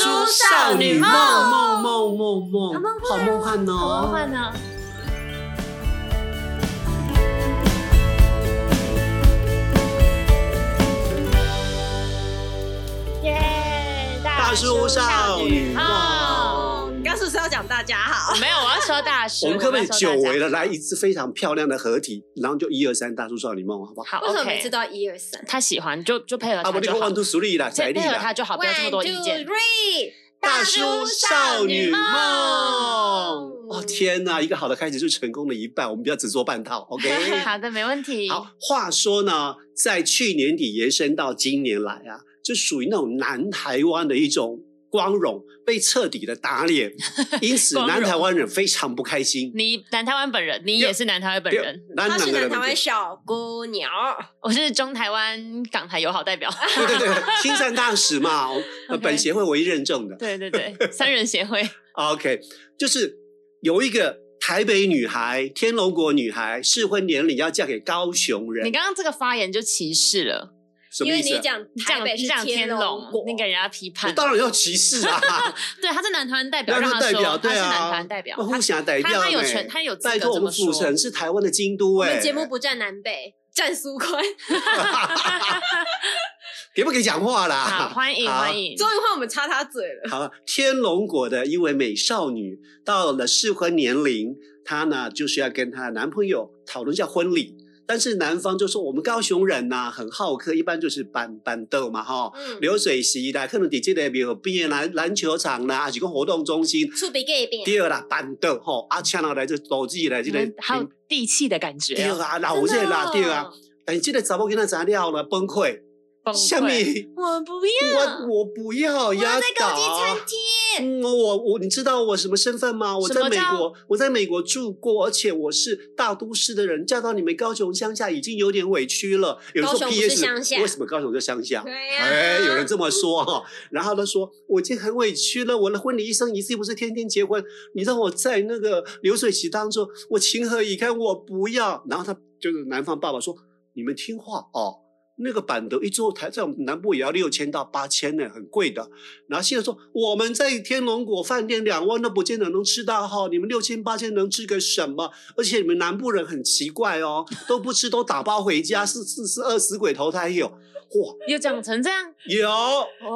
少女梦梦梦梦好梦梦，好梦幻哦！好梦幻呢。耶！大叔少女梦哦你刚是不是要讲大家好？没有，我要说大 叔。我们可不可以久违了？的来一次非常漂亮的合体，然后就一二三大叔少女梦，好不好？好为什么每，OK 次。都要一二三？他喜欢就就配合啊，他我那就个好 one，two three 啦，财配力配合他啦，就好，不要这么多意见。 Three，大叔少女梦。哦天哪，一个好的开始就是成功的一半，我们不要只做半套，OK？ 好的，没问题。好，话说呢，在去年底延伸到今年来啊，就属于那种南台湾的一种光荣被彻底的打 脸，因此光荣南台湾人非常不开心。你南台湾本人，你也是南台湾本人，南她是南台人湾小姑娘，我是中台湾港台友 好代表。对对对，亲善大使 嘛，呃 OK 本协会唯一认证的。对对对， 三人协会。 OK，就是有一个台北女孩，天龙国女孩，适婚年龄要嫁给高雄你人，刚刚这个发言就歧视了，什因么为意思你啊？讲你台讲北你是讲天龙国龙，，你给人家批我判。当然要歧视 啊，对，他是南台湾代表，那让是他代表说他对是南台啊湾代，表那，互相代他表他有呢权，他有资拜格托，我这么们说府。城是台湾的京都我哎、们节目不站南北，站苏 坤。给不给讲话 好，啦？欢迎好欢迎。终于换我们插她嘴了。好，天龙国的一位美少女到了适婚年龄，她呢就是要跟她男朋友讨论一下婚礼。但是男方就说我们高雄人呐、很好客，一般就是板板凳嘛哈，嗯，流水席啦，可能伫这个比如毕篮篮球场啦，还是讲活动中心。出比 gay 变，第二啦，板凳吼，啊，请人来这导致来这个嗯，还有地气的感觉第二啊，哦啊，老热啦，第二真的啊，，但这个查某囡仔查了了崩溃，崩下溃。面我不要，我我不要我要压在高级倒餐。厅。嗯，我我你知道我什么身份吗？我什在么美叫国，我在美国住过，而且我是大都市的人，嫁到你们高雄乡下已经有点委屈了。有人高说雄不是 PS，乡下为什么高雄叫乡下？对呀哎，有人这么说哈、然后他说我已经很委屈了，我的婚礼一生一世不是天天结婚，你让我在那个流水席当中，我情何以堪？我不要。然后他就是男方爸爸说，你们听话哦。那个板凳一桌台在我们南部也要六千到八千呢，很贵的。然后现在说我们在天龙国饭店两万都不见得能吃到哈，你们六千八千能吃个什么？而且你们南部人很奇怪哦，都不吃都打包回家，是是是饿死鬼投胎有哇，又讲成这样，有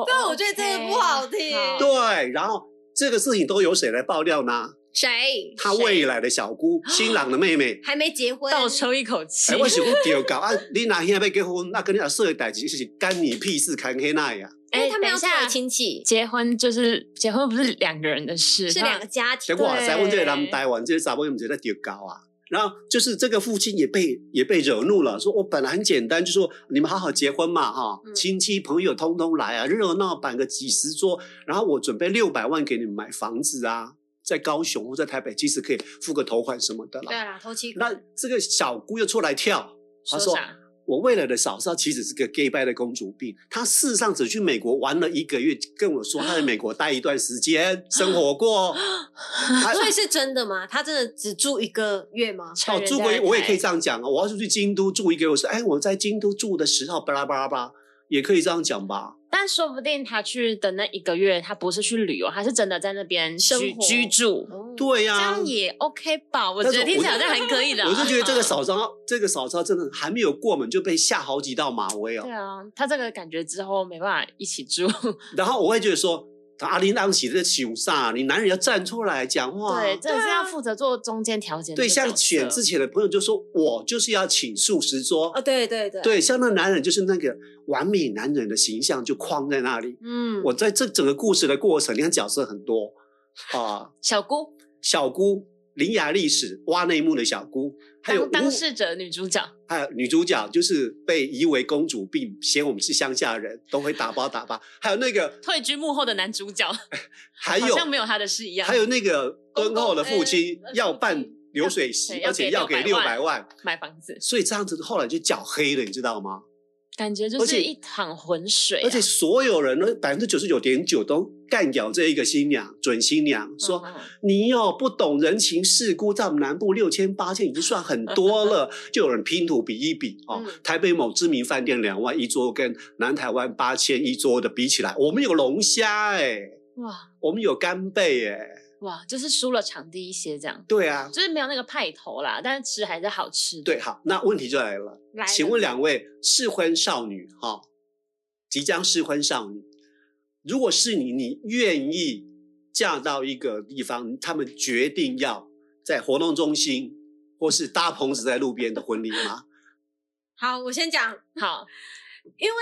对，我觉得这个不好听。好对，然后这个事情都由谁来爆料呢？谁？。他未来的小姑，新郎的妹妹还没结婚，倒抽一口气哎，。我想讲丢搞啊！你哪天要结婚，那跟你俩说的代志就是干你屁事，看黑那啊呀！因为他们等一要做下，亲戚，结婚就是结婚，不是两个人的事，是两个家庭。结果对才问这个人台湾这些杂波，你们觉得丢搞啊？然后就是这个父亲也被也被惹怒了，说我本来很简单，就说你们好好结婚嘛，哈，嗯亲戚朋友通通来啊，热闹摆个几十桌，然后我准备六百万给你们买房子啊，在高雄或在台北，其实可以付个头款什么的啦。对啊啦，偷妻那这个小姑又出来跳，她说啥？：“我未来的嫂嫂其实是个 gay 拜的公主病，她事实上只去美国玩了一个月，跟我 说她在美国待一段时间，生活过。哦她所以是真的吗？他真的只住一个月吗？哦，住过人家我也可以在这样讲啊，我要是去京都住一个月，我说哎，我在京都住的时候，巴拉巴拉巴拉，也可以这样讲吧。”但说不定他去的那一个月，他不是去旅游，他是真的在那边生居活居住，哦对呀、这样也 OK 吧？我但觉是得听起来好像还可以的啊。我就觉得这个嫂嫂，这个嫂嫂真的还没有过门就被吓好几道马威哦对。啊，他这个感觉之后没办法一起住，然后我会觉得说，阿林当起这起啥？你男人要站出来讲话。对，真的是要负责做中间调解的对，角色。像选之前的朋友就说，我就是要请素食桌。哦，对对对，对，像那男人就是那个完美男人的形象就框在那里。嗯，我在这整个故事的过程，你看角色很多啊、小姑小姑、伶牙俐齿、挖内幕的小姑，还有当当乌事者女主角，还有女主角就是被夷为公主病，嫌我们是乡下人，都会打包打包。还有那个，退居幕后的男主角，还有好像没有他的事一样。还有那个敦厚的父亲公呃公要办流水席，对要而且要给给六600百万，买房子，所以这样子后来就脚黑了，你知道吗？感觉就而是且一趟浑水啊、而且所有人呢，百分之九十九点九都干掉这一个新娘，准新娘说。嗯嗯你哦，不懂人情世故，在我们南部六千八千已经算很多了，就有人拼图比一比哦。嗯台北某知名饭店两万一桌，跟南台湾八千一桌的比起来，我们有龙虾哎、哇，我们有干贝哎、哇，就是输了场地一些这样，对啊，就是没有那个派头啦，但是吃还是好吃的。对，好，那问题就来了，来请了问两位适婚少女哈、即将适婚少女，如果是你，你愿意嫁到一个地方，他们决定要在活动中心或是搭棚子在路边的婚礼吗？好，我先讲，好，因为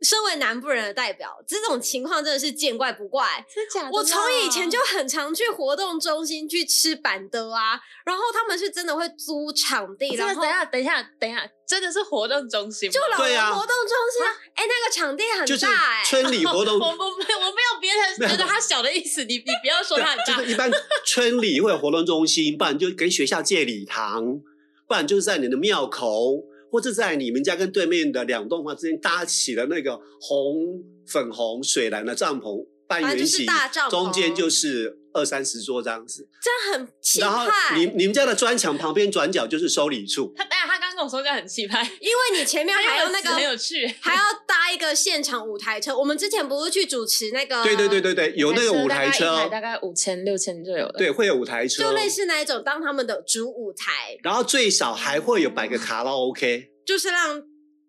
身为南部人的代表，这种情况真的是见怪不怪。真假我从以前就很常去活动中心去吃板的啊，然后他们是真的会租场地，真然后的，等一下，等一下，等一下，真的是活动中心吗？就老对人啊活动中心啊，哎、那个场地就很是大哎、村里 活动我。我没有我没有别没人有觉得他小的意思，你你不要说对啊他很就大是一般村里会有活动中心，不然就跟学校借礼堂，不然就是在你的庙口，或者在你们家跟对面的两栋房之间搭起了那个红、粉红、水蓝的帐篷，半反正圆就是形大帐，篷中间就是二三十桌这样子。这样很气然后哦派。你你们家的砖墙旁边转角就是收礼处，他当然，他刚跟我说这样很气派，因为你前面还有那个很有趣。还要搭一个现场舞台车。我们之前不是去主持那个，对对对，对对，有那个舞台车，大概五千六千就有了。对，会有舞台车，就类似那一种当他们的主舞台，然后最少还会有摆个卡拉 OK。就是让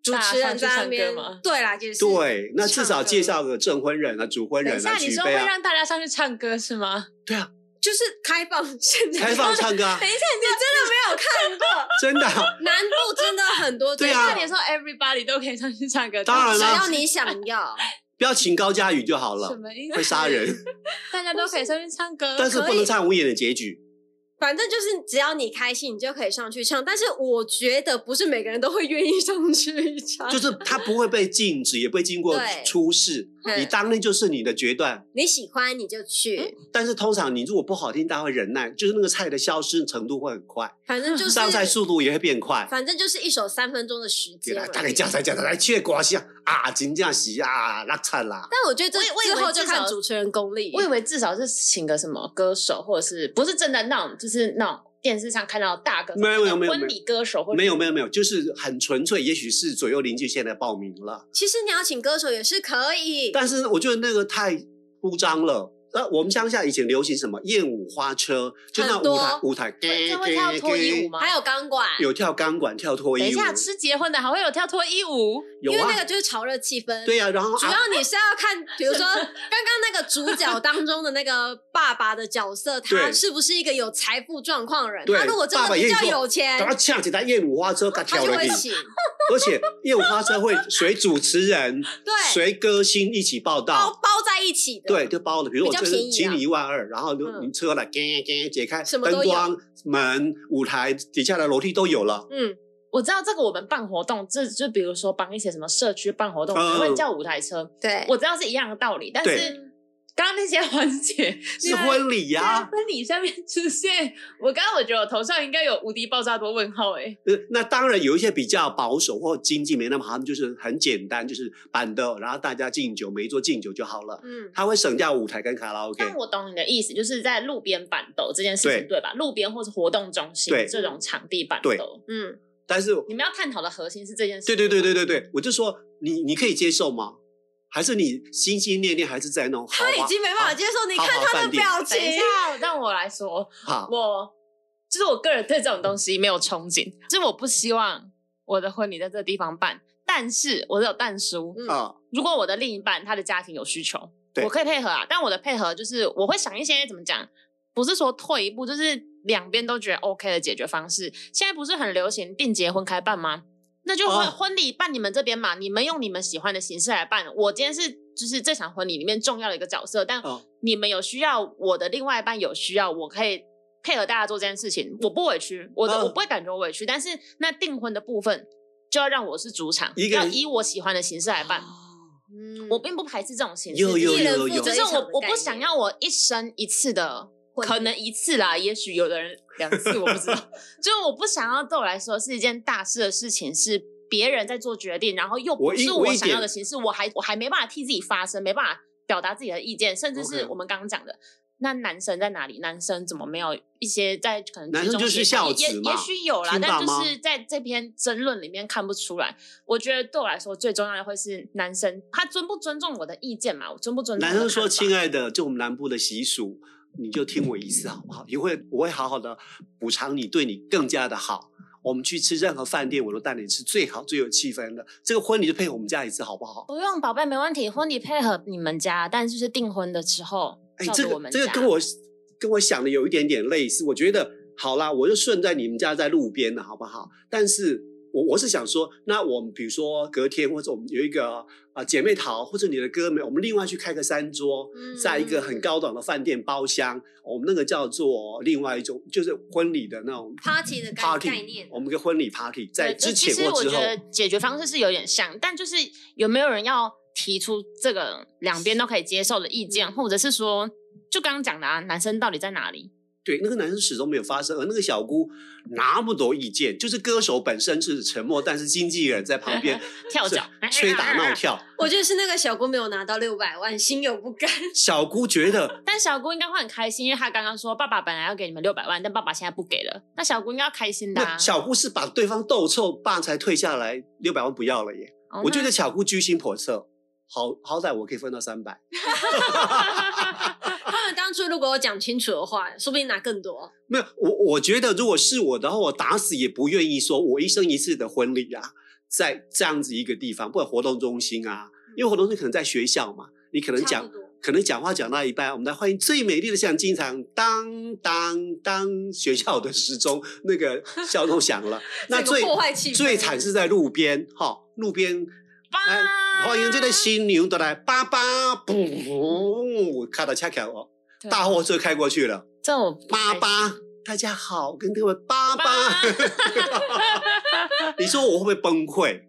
主持人在那边大家上去唱歌吗。对啦，就是对，那至少唱歌介绍个证婚人啊、主婚等人一啊、下，你举说会杯啊，让大家上去唱歌是吗？ 就是开放现场。开放唱歌啊等，一下，你真的没有看过真的啊、南部真的很多这对种，啊那你说 everybody 都可以上去唱歌，当然只啦要你想要，不要请高佳宇就好什了，么意思？会杀人，大家都可以上去唱歌，但是不能唱无言的结局。 反正就是只要你开心，你就可以上去唱。但是我觉得不是每个人都会愿意上去唱，就是他不会被禁止，也不会经过对出事，嗯你当天就是你的决断。你喜欢你就去，但是通常你如果不好听，大家会忍耐，就是那个菜的消失程度会很快，反正就是上菜速度也会变快。反正就是一首三分钟的时给间而他已。大概加菜加菜来切瓜下啊，金酱洗啊，辣菜啦。但我觉得这我以我以之为后就至少看主持人功力。我以为至少是请个什么歌手，或者是不是真的那种，就是那种电视上看到的大歌手，没有没有没有婚礼歌手，或者没有没有没有，就是很纯粹，也许是左右邻居现在报名了。其实你要请歌手也是可以，但是我觉得那个太铺张了。那我们乡下以前流行什么艳舞花车，就那很多舞台舞台，这会跳脱衣舞吗？还有钢管，有跳钢管、跳脱等一衣舞，下吃结婚的还会有跳脱衣舞，有因为啊那，个就是炒热气氛。对。呀，然 后主啊，要你是要看，比 如说刚刚那个主角当中的那个爸爸的角色，他对是不是一个有财富状况的人？对他如果真爸的爸比也较有有钱赶，快抢起来艳舞花车，给它他跳就了会你。请。而且艳舞 花车会随主持人、对，随歌星一起报包道，包在一起的。对，就包了。比如我比较这便宜是啊请你一万二，然后就嗯你车来，给给解开什么都灯有光、门、舞台底下的楼梯都有了。嗯，我知道这个我们办活动，这就比如说帮一些什么社区办活动，嗯还会叫舞台车，对。我知道是一样的道理，但对是。刚刚那些环节是婚礼呀、在婚礼上面出现，我刚刚我觉得我头上应该有无敌爆炸多问号哎、呃，那当然有一些比较保守或经济没那么好，他们就是很简单，就是板凳，然后大家敬酒，每一桌敬酒就好了。嗯，他会省掉舞台跟卡拉 OK，但我懂你的意思，就是在路边板斗这件事情，对对吧？路边或者活动中心对这种场地板对斗，嗯，但是你们要探讨的核心是这件事。对对对对对对，我就说你你可以接受吗？还是你心心念念还是在那种豪他已华经没办法接受，你好看好他的饭店表等一情下。，让我来说，好我就是我个人对这种东西没有憧憬，就是我不希望我的婚礼在这个地方办。但是我有但书，嗯啊？如果我的另一半他的家庭有需求，对我可以配合啊。但我的配合就是我会想一些怎么讲，不是说退一步，就是两边都觉得 OK 的解决方式。现在不是很流行定结婚开办吗？那就婚、哦婚礼办你们这边嘛，你们用你们喜欢的形式来办。我今天是就是这场婚礼里面重要的一个角色，但哦你们有需要，我的另外一半有需要，我可以配合大家做这件事情，我不委屈，我的、嗯我不会感觉委屈。但是那订婚的部分就要让我是主场，一个要人以我喜欢的形式来办。嗯我并不排斥这种形式，有有就一是人有负有责就一是场的我我概不想念要我一生一次的，婚可礼能一次啦，也许有的人两次，我不知道。就是我不想要对我来说是一件大事的事情，是别人在做决定，然后又不我一是我一想要点的形式，我还我还没办法替自己发声，没办法表达自己的意见，甚至是 OK 我们刚刚讲的。那男生在哪里？男生怎么没有一些在可能男生居中就是协孝调也子也嘛也许有啦听，爸但就妈是在这篇争论里面看不出来。我觉得对我来说最重要的会是男生他尊不尊重我的意见嘛，我尊不尊重男我的生说：“看法亲爱的，就我们南部的习俗，你就听我一次好不好？也会我会好好的补偿你，对你更加的好。我们去吃任何饭店，我都带你吃最好、最有气氛的。这个婚礼就配合我们家一次好不好？不用，宝贝，没问题。婚礼配合你们家，但就是订婚的时候，哎，照这着我个们这个家跟我跟我想的有一点点类似。我觉得好啦，我就顺在你们家在路边的好不好？但是我我是想说，那我们比如说隔天或者我们有一个啊、姐妹淘或者你的哥们，我们另外去开个三桌，嗯在一个很高档的饭店包厢，我们那个叫做另外一种，就是婚礼的那种 party 的概 party，概念，我们个婚礼 party 在对就之其前实或我之觉后。得解决方式是有点像，但就是有没有人要提出这个两边都可以接受的意见，或者是说，就刚刚讲的啊，男生到底在哪里？对，那个男生始终没有发声，而那个小姑那么多意见，就是歌手本身是沉默，但是经纪人在旁边跳脚是吹打哎闹跳。我觉得是那个小姑没有拿到六百万，心有不甘。小姑觉 得但小姑应该会很开心，因为她刚刚说爸爸本来要给你们六百万，但爸爸现在不给了，那小姑应该要开心的、那啊。小姑是把对方斗臭，爸才退下来，六百万不要了耶。哦我觉得那小姑居心叵测，好好歹我可以分到三百。他们当初如果我讲清楚的话，说不定拿更多。没有，我我觉得如果是我的话，我打死也不愿意说我一生一次的婚礼啊，在这样子一个地方，不然活动中心啊，因为活动中心可能在学校嘛，你可能差不讲多。可能讲话讲到一半，我们来欢迎最美丽的像经常当当当学校的时钟那个校钟响 了，那这个最破坏气氛最惨是在路边哈、路边哎啊爸，欢迎这个新娘的来，叭叭嘣嘣，卡到恰巧哦，对大货车开过去了，这我不叭开心叭，大家好，跟各位叭叭，爸 你说我会不会崩溃？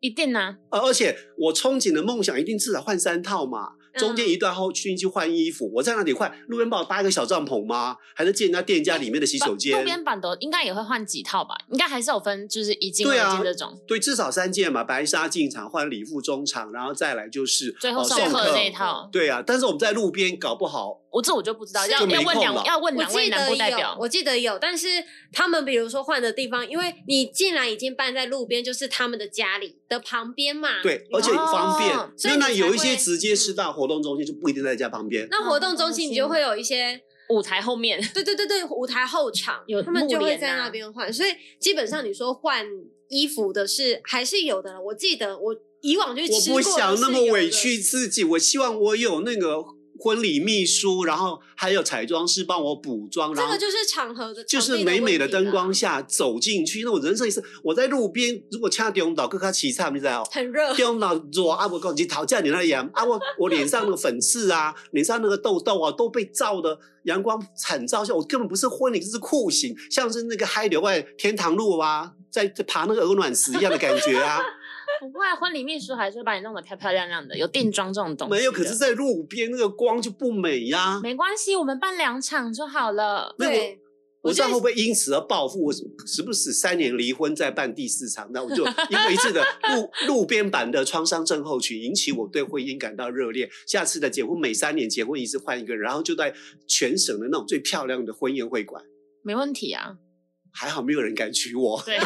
一定啊呢、呃，而且我憧憬的梦想一定至少换三套嘛，嗯中间一段后去去换衣服，我在哪里换？路边帮我搭一个小帐篷吗？还是借人家店家里面的洗手路间？边板的应该也会换几套吧，应该还是有分，就是一进二对啊进这种。对，至少三件嘛，白纱进场换礼服中场，然后再来就是最后呃送送客客那一套对啊，但是我们在路边搞不好我这我就不知道，是要就没要问空两了要问我两位记南得部代有表，。我记得有，但是他们比如说换的地方，因为你既然已经办在路边，就是他们的家里的旁边嘛。对，而且很方便哦。嗯所以那你才那有会一嗯些直接是到活动中心，就不一定在家旁边。那活动中心你就会有一些，舞台后面， 对对对对，舞台后场，有他们就幕会帘在啊那边换，所以基本上你说换衣服的是还是有的。我记得我以往就我吃过的不是有的，想那么委屈自己，我希望我有那个婚礼秘书，然后还有彩妆师帮我补妆，然这后个就是场合的，就是场地美美的问的题啦灯光下走进去，那我人生一次，我在路边如果掐中岛，跟他骑差，你知 道哦。很 热，中岛左啊，我讲你讨价你那样啊，我我脸上那个粉刺啊， 脸上那个痘痘啊，都被照的阳光惨照下，我根本不是婚礼，这是酷刑，像是那个嗨流外天堂路啊，在在爬那个鹅卵石一样的感觉 啊。不会婚礼秘书还是会把你弄得漂漂亮亮的，有定妆这啊种东西的。啊没有，可是在路边那个光就不美呀、没关系，我们办两场就好了。那我对，我不知道我觉得会不会因此而报复？我时不时三年离婚再办第四场，那我 就因为一次的路路边版的创伤症候群，引起我对婚姻感到热烈。下次的结婚每三年结婚一次换一个人，然后就在全省的那种最漂亮的婚宴会馆，没问题啊。还好没有人敢娶我。 对，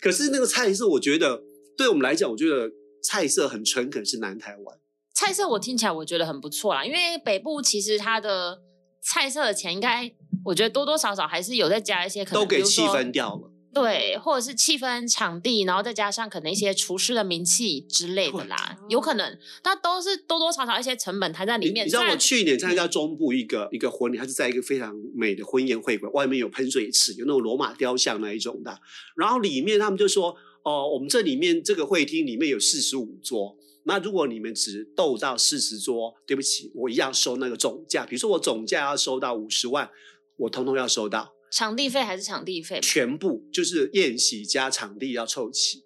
可是那个菜色，我觉得对我们来讲，我觉得菜色很诚恳是南台湾。 菜色我听起来我觉得很不错啦，因为北部其实它的菜色的钱应该，我觉得多多少少还是有再加一些，可能都给比如说气氛掉了，对，或者是气氛、场地，然后再加上可能一些厨师的名气之类的啦，有可能，那都是多多少少一些成本还在里你面。你知道虽我然嗯去年参加中部一个一个婚礼，它是在一个非常美的婚宴会馆，外面有喷水池，有那种罗马雕像那一种的，然后里面他们就说，哦、我们这里面这个会厅里面有四十五桌。那如果你们只斗到四十桌，对不起，我一样收那个总价。比如说我总价要收到五十万，我通通要收到，场地费还是场地费嘛，全部就是宴席加场地要凑齐。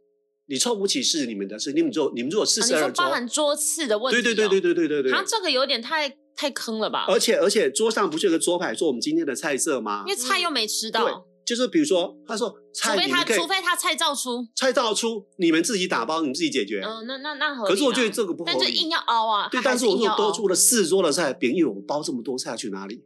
你凑不齐是你们的事，你们做你们做四啊你十说二桌包，含桌次的问题、对哦，对对对对对对对，呃好像这个有点太太坑了吧？而且而且桌上不是有个桌牌说我们今天的菜色吗因？为菜又没吃到，就是比如说，他说除菜非你他们可以除非他菜照出，菜到出，你们自己打包，你们自己解决。嗯，那那那合理啦。可是我觉得这个不合但就硬理。要凹啊，对，他还但是我硬要说凹多出了四桌的菜，别人以为我包这么多菜去哪里？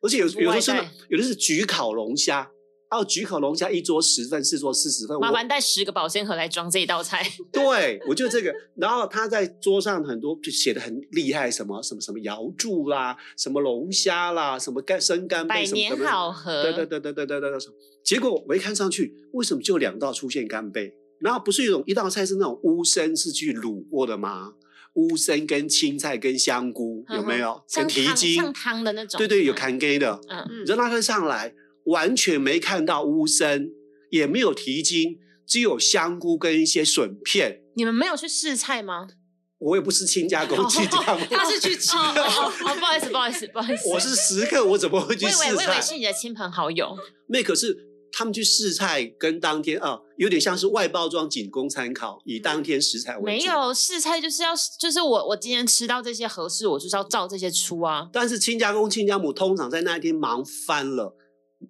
而且有有的时候外是有的是焗烤龙虾，还有焗烤龙虾一桌十份，四桌四十份。麻我烦带十个保鲜盒来装这一道菜。 对，我就这个。然后他在桌上很多就写的很厉害，什么什么什么瑶柱啦，什么龙虾啦，什么干生干百贝什么什年么。好合，对对对对对对对对。结果我一看上去，为什么就两道出现干贝？然后不是有一种一道菜是那种乌参是去卤过的吗？乌参跟青菜跟香菇有没有？嗯像跟汤蹄筋，像汤的那种，对对，有嗯，砍根的。嗯，嗯你知道那天上来完全没看到乌参，也没有蹄筋，只有香菇跟一些笋片。你们没有去试菜吗？ 我也不是亲家公亲家母，他是去吃哦 哦哦，不好意思，不好意思，不好意思， 我是食客，我怎么会去我以为试我以为菜？啊是你的亲朋好友，那可是他们去试菜跟当天啊，有点像是外包装仅供参考，以当天食材为主。嗯没，有试菜就是要就是我我今天吃到这些合适，我就是要照这些出啊。但是亲家公亲家母通常在那一天忙翻了，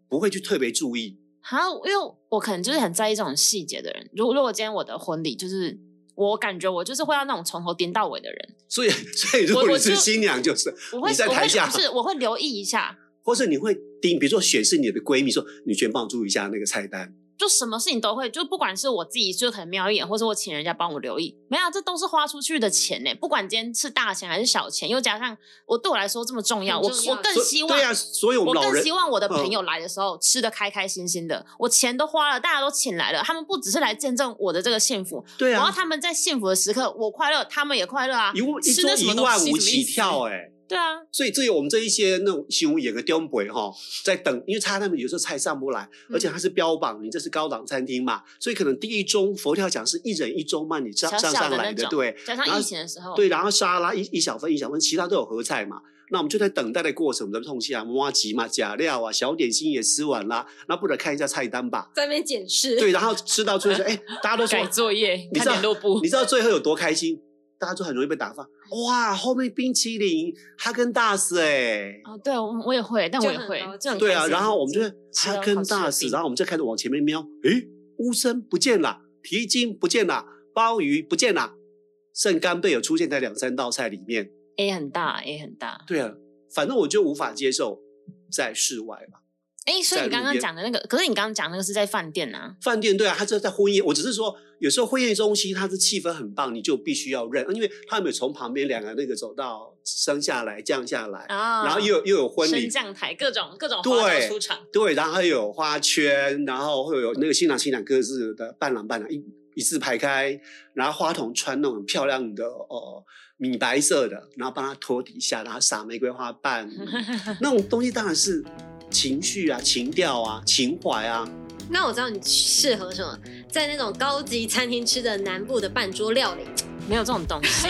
不会去特别注意。好，因为我可能就是很在意这种细节的人。如如果今天我的婚礼就是。我感觉我就是会要那种从头颠到尾的人，所 以，所以如我果你我是就新娘，就是我会你在我台会下不是我会留意一下，或是你会盯，比如说显示你的闺蜜说，你全帮我注意一下那个菜单。就什么事情都会，就不管是我自己就可能瞄一眼，或者我请人家帮我留意，没有啊、这都是花出去的钱呢。不管今天是大钱还是小钱，又加上我对我来说这么重要，很重要我我更嗯所希望对啊，所以我我们老更人嗯希望我的朋友来的时候吃的开开心心的，我钱都花了，大家都请来了，他们不只是来见证我的这个幸福，对然后啊，他们在幸福的时刻我快乐，他们也快乐啊一，万一吃的桌什么一东西万什五么意起思跳哎、 对啊，所以这有我们这一些那种新闻演个颠簸哈，在等，因为他他们有时候菜上不来，嗯而且它是标榜你这是高档餐厅嘛，所以可能第一盅佛跳墙是一人一盅嘛，你上小小上的上来那的，种对加然上后疫情的时候，对，然后沙拉一一小份一小份，其他都有合菜嘛。那我们就在等待的过程，我们在痛西啊、摸吉嘛、假料啊、小点心也吃完啦，那不然看一下菜单吧。在那边检视。对，然后吃到 最后说，哎，大家都说作业你知道布你知道最后有多开心？大家就很容易被打发。哇，后面冰淇淋、哈根达斯哎，哦，对我我也会，但就我也很会高，兴很对开啊，心然后我们就吃哈到好根吃的达斯，饼然后我们就开始往前面瞄，诶，乌参不见了，蹄筋不见了，鲍鱼不见了，圣干贝有出现在两三道菜里面。 A 很大，A 很大。对啊，反正我就无法接受在室外嘛，哎，所以在你路刚刚边讲的那个，可是你刚刚讲那个是在饭店啊？饭店对啊，它就在婚宴，我只是说有时候婚宴中心它的气氛很棒，你就必须要认，因为他们有从旁边两个那个走道升下来、降下来，啊，然后又有又有婚礼升。降台，各种各种对花招出场，对，然后还有花圈，然后会有那个新郎新娘各自的伴郎伴娘一一字排开，然后花童穿那种很漂亮的呃米白色的，然后帮他托底下，然后撒玫瑰花 瓣，那种东西当然是情绪啊、情调啊、情怀啊。那我知道你适合什么，在那种高级餐厅吃的南部的半桌料理，没有这种东 西。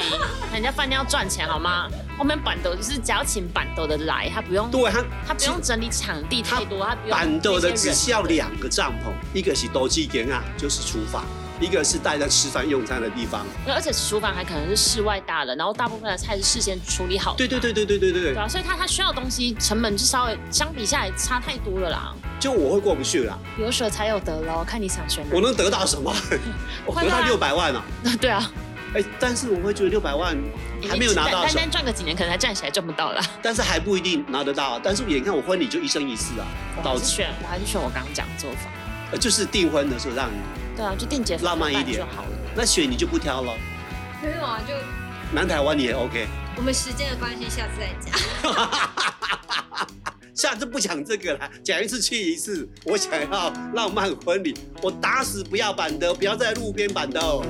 人家饭店要赚钱好吗？后面板豆就是只要请板豆的来，他不用对，他他不用整理场地太多，他不用板凳的那些只人需要两个帐篷，一个是斗鸡间啊，就是厨房；一个是大家吃饭用餐的地方。而且厨房还可能是室外搭的，然后大部分的菜是事先处理好的。对对。对对对对对对对， 啊，所以他他需要的东西成本就稍微相比下来差太多了啦，就我会过不去啦。有舍才有得喽，看你想选哪我能得到 什么？我快得乐到啊六百万啊！个。 对啊，哎，但是我会觉得六百万还没有拿到单手，单赚个几年，可能还站起来赚不到啦。但是还不一定拿得到啊。但是你看我婚礼就一生一世啊，我导哦还是致选，我还是选我刚刚讲的做法。呃就是订婚的时候让你，对啊，就定结婚浪漫一办点就好了。那选你就不挑了，没有啊，就南台湾你也 OK。 我们时间的关系，下次再讲。下次不讲这个了，讲一次去一次。我想要哦浪漫婚礼，我打死不要板凳，不要在路边板凳。